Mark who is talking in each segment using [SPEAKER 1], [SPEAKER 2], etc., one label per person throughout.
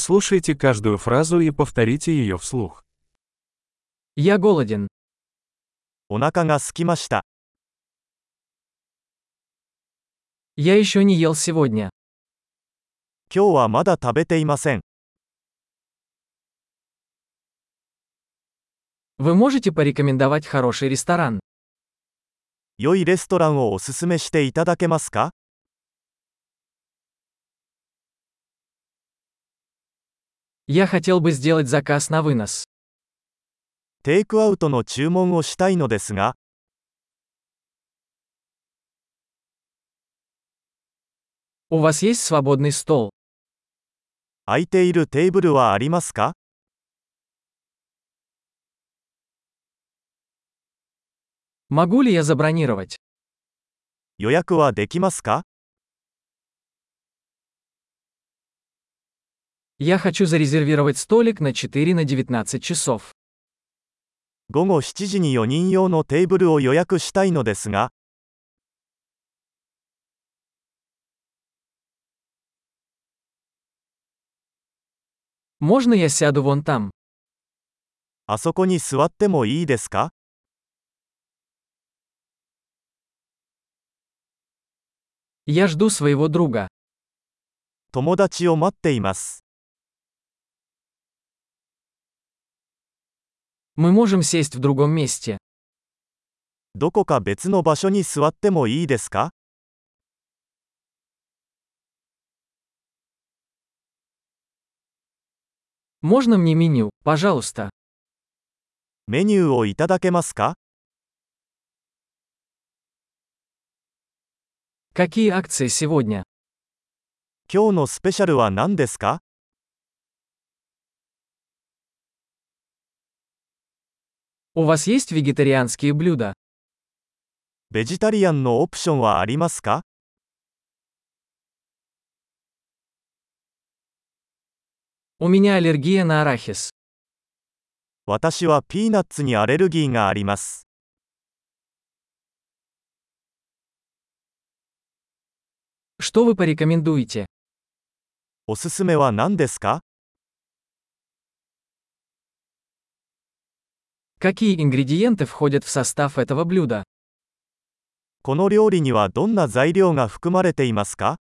[SPEAKER 1] Прослушайте каждую фразу и повторите ее вслух.
[SPEAKER 2] Я голоден.
[SPEAKER 3] お腹が空きました。
[SPEAKER 2] Я еще не ел сегодня.
[SPEAKER 3] 今日はまだ食べていません。
[SPEAKER 2] Вы можете порекомендовать хороший ресторан?
[SPEAKER 3] 良いレストランをおすすめしていただけますか
[SPEAKER 2] Я хотел бы сделать заказ на вынос.
[SPEAKER 3] テイクアウトの注文をしたいのですが、
[SPEAKER 2] У вас есть свободный стол?
[SPEAKER 3] 空いているテーブルはありますか
[SPEAKER 2] Могу ли я забронировать?
[SPEAKER 3] 予約はできますか
[SPEAKER 2] Я хочу зарезервировать столик на 4 на 19 часов.
[SPEAKER 3] 午後7時に4人用のテーブルを予約したいのですが、
[SPEAKER 2] Можно я сяду вон там?
[SPEAKER 3] あそこに座ってもいいですか
[SPEAKER 2] Я жду своего друга.
[SPEAKER 3] 友達を待っています。
[SPEAKER 2] Мы можем сесть в другом месте.
[SPEAKER 3] どこか別の場所に座ってもいいですか
[SPEAKER 2] Можно мне меню, пожалуйста?
[SPEAKER 3] メニューをいただけますか
[SPEAKER 2] Какие акции сегодня?
[SPEAKER 3] 今日のスペシャルは何ですか
[SPEAKER 2] У вас есть вегетарианские блюда?
[SPEAKER 3] ベジタリアンのオプションはありますか
[SPEAKER 2] У меня аллергия на арахис.
[SPEAKER 3] 私はピーナッツにアレルギーがあります。
[SPEAKER 2] Что вы порекомендуете?
[SPEAKER 3] おすすめは何ですか
[SPEAKER 2] Какие ингредиенты входят в состав этого блюда?
[SPEAKER 3] この料理にはどんな材料が含まれていますか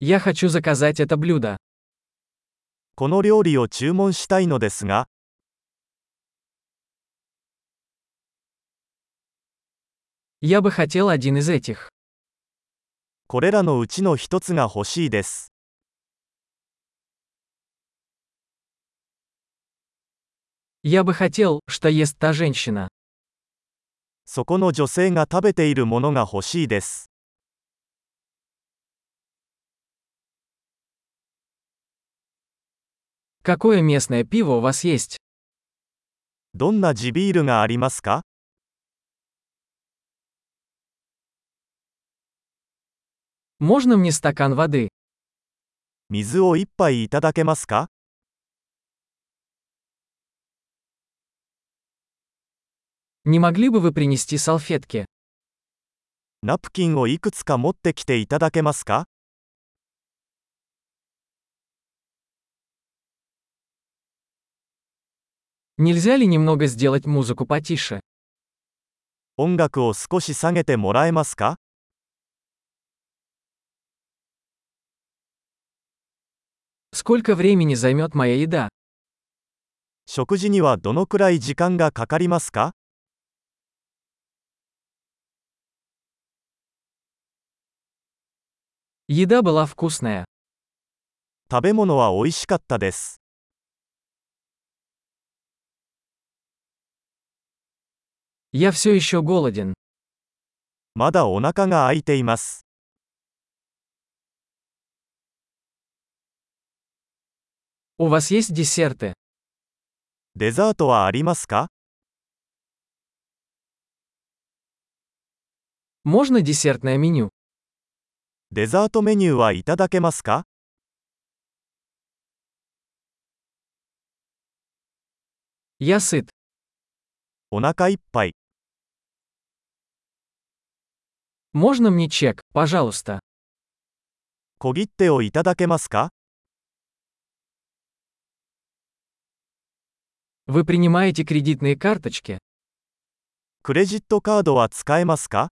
[SPEAKER 2] Я хочу заказать это блюдо.
[SPEAKER 3] この料理を注文したいのですが、
[SPEAKER 2] Я бы хотел один из этих.
[SPEAKER 3] これらのうちの一つが欲しいです。
[SPEAKER 2] Я бы хотел, что ест та женщина.
[SPEAKER 3] そこの女性が食べているものが欲しいです。
[SPEAKER 2] Какое местное пиво у вас есть?
[SPEAKER 3] どんな地ビールがありますか
[SPEAKER 2] Можно мне стакан воды?
[SPEAKER 3] 水を一杯いただけますか
[SPEAKER 2] Не могли бы вы принести салфетки?
[SPEAKER 3] ナプキンをいくつか持ってきていただけますか
[SPEAKER 2] Нельзя ли немного сделать музыку потише?
[SPEAKER 3] 音楽を少し下げてもらえますか
[SPEAKER 2] Сколько времени займет моя еда?
[SPEAKER 3] 食事にはどのくらい時間がかかりますか
[SPEAKER 2] Еда была вкусная.
[SPEAKER 3] 食べ物は美味しかったです。
[SPEAKER 2] Я все еще голоден.
[SPEAKER 3] まだお腹が空いています。
[SPEAKER 2] У вас есть десерты?
[SPEAKER 3] デザートはありますか
[SPEAKER 2] Можно десертное меню?
[SPEAKER 3] デザートメニューはいただけますか
[SPEAKER 2] Я сыт.
[SPEAKER 3] お腹いっぱい。
[SPEAKER 2] Можно мне чек, пожалуйста?
[SPEAKER 3] 小切手をいただけますか
[SPEAKER 2] Вы принимаете кредитные карточки?
[SPEAKER 3] クレジットカードは使えますか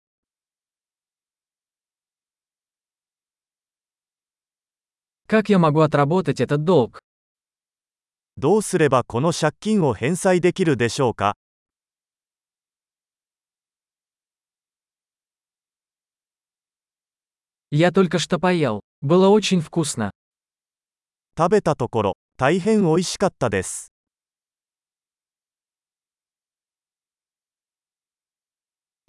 [SPEAKER 2] Как я могу отработать этот долг?
[SPEAKER 3] どうすればこの借金を返済できるでしょうか
[SPEAKER 2] Я только что поел. Было очень вкусно.
[SPEAKER 3] 食べたところ、大変美味しかったです。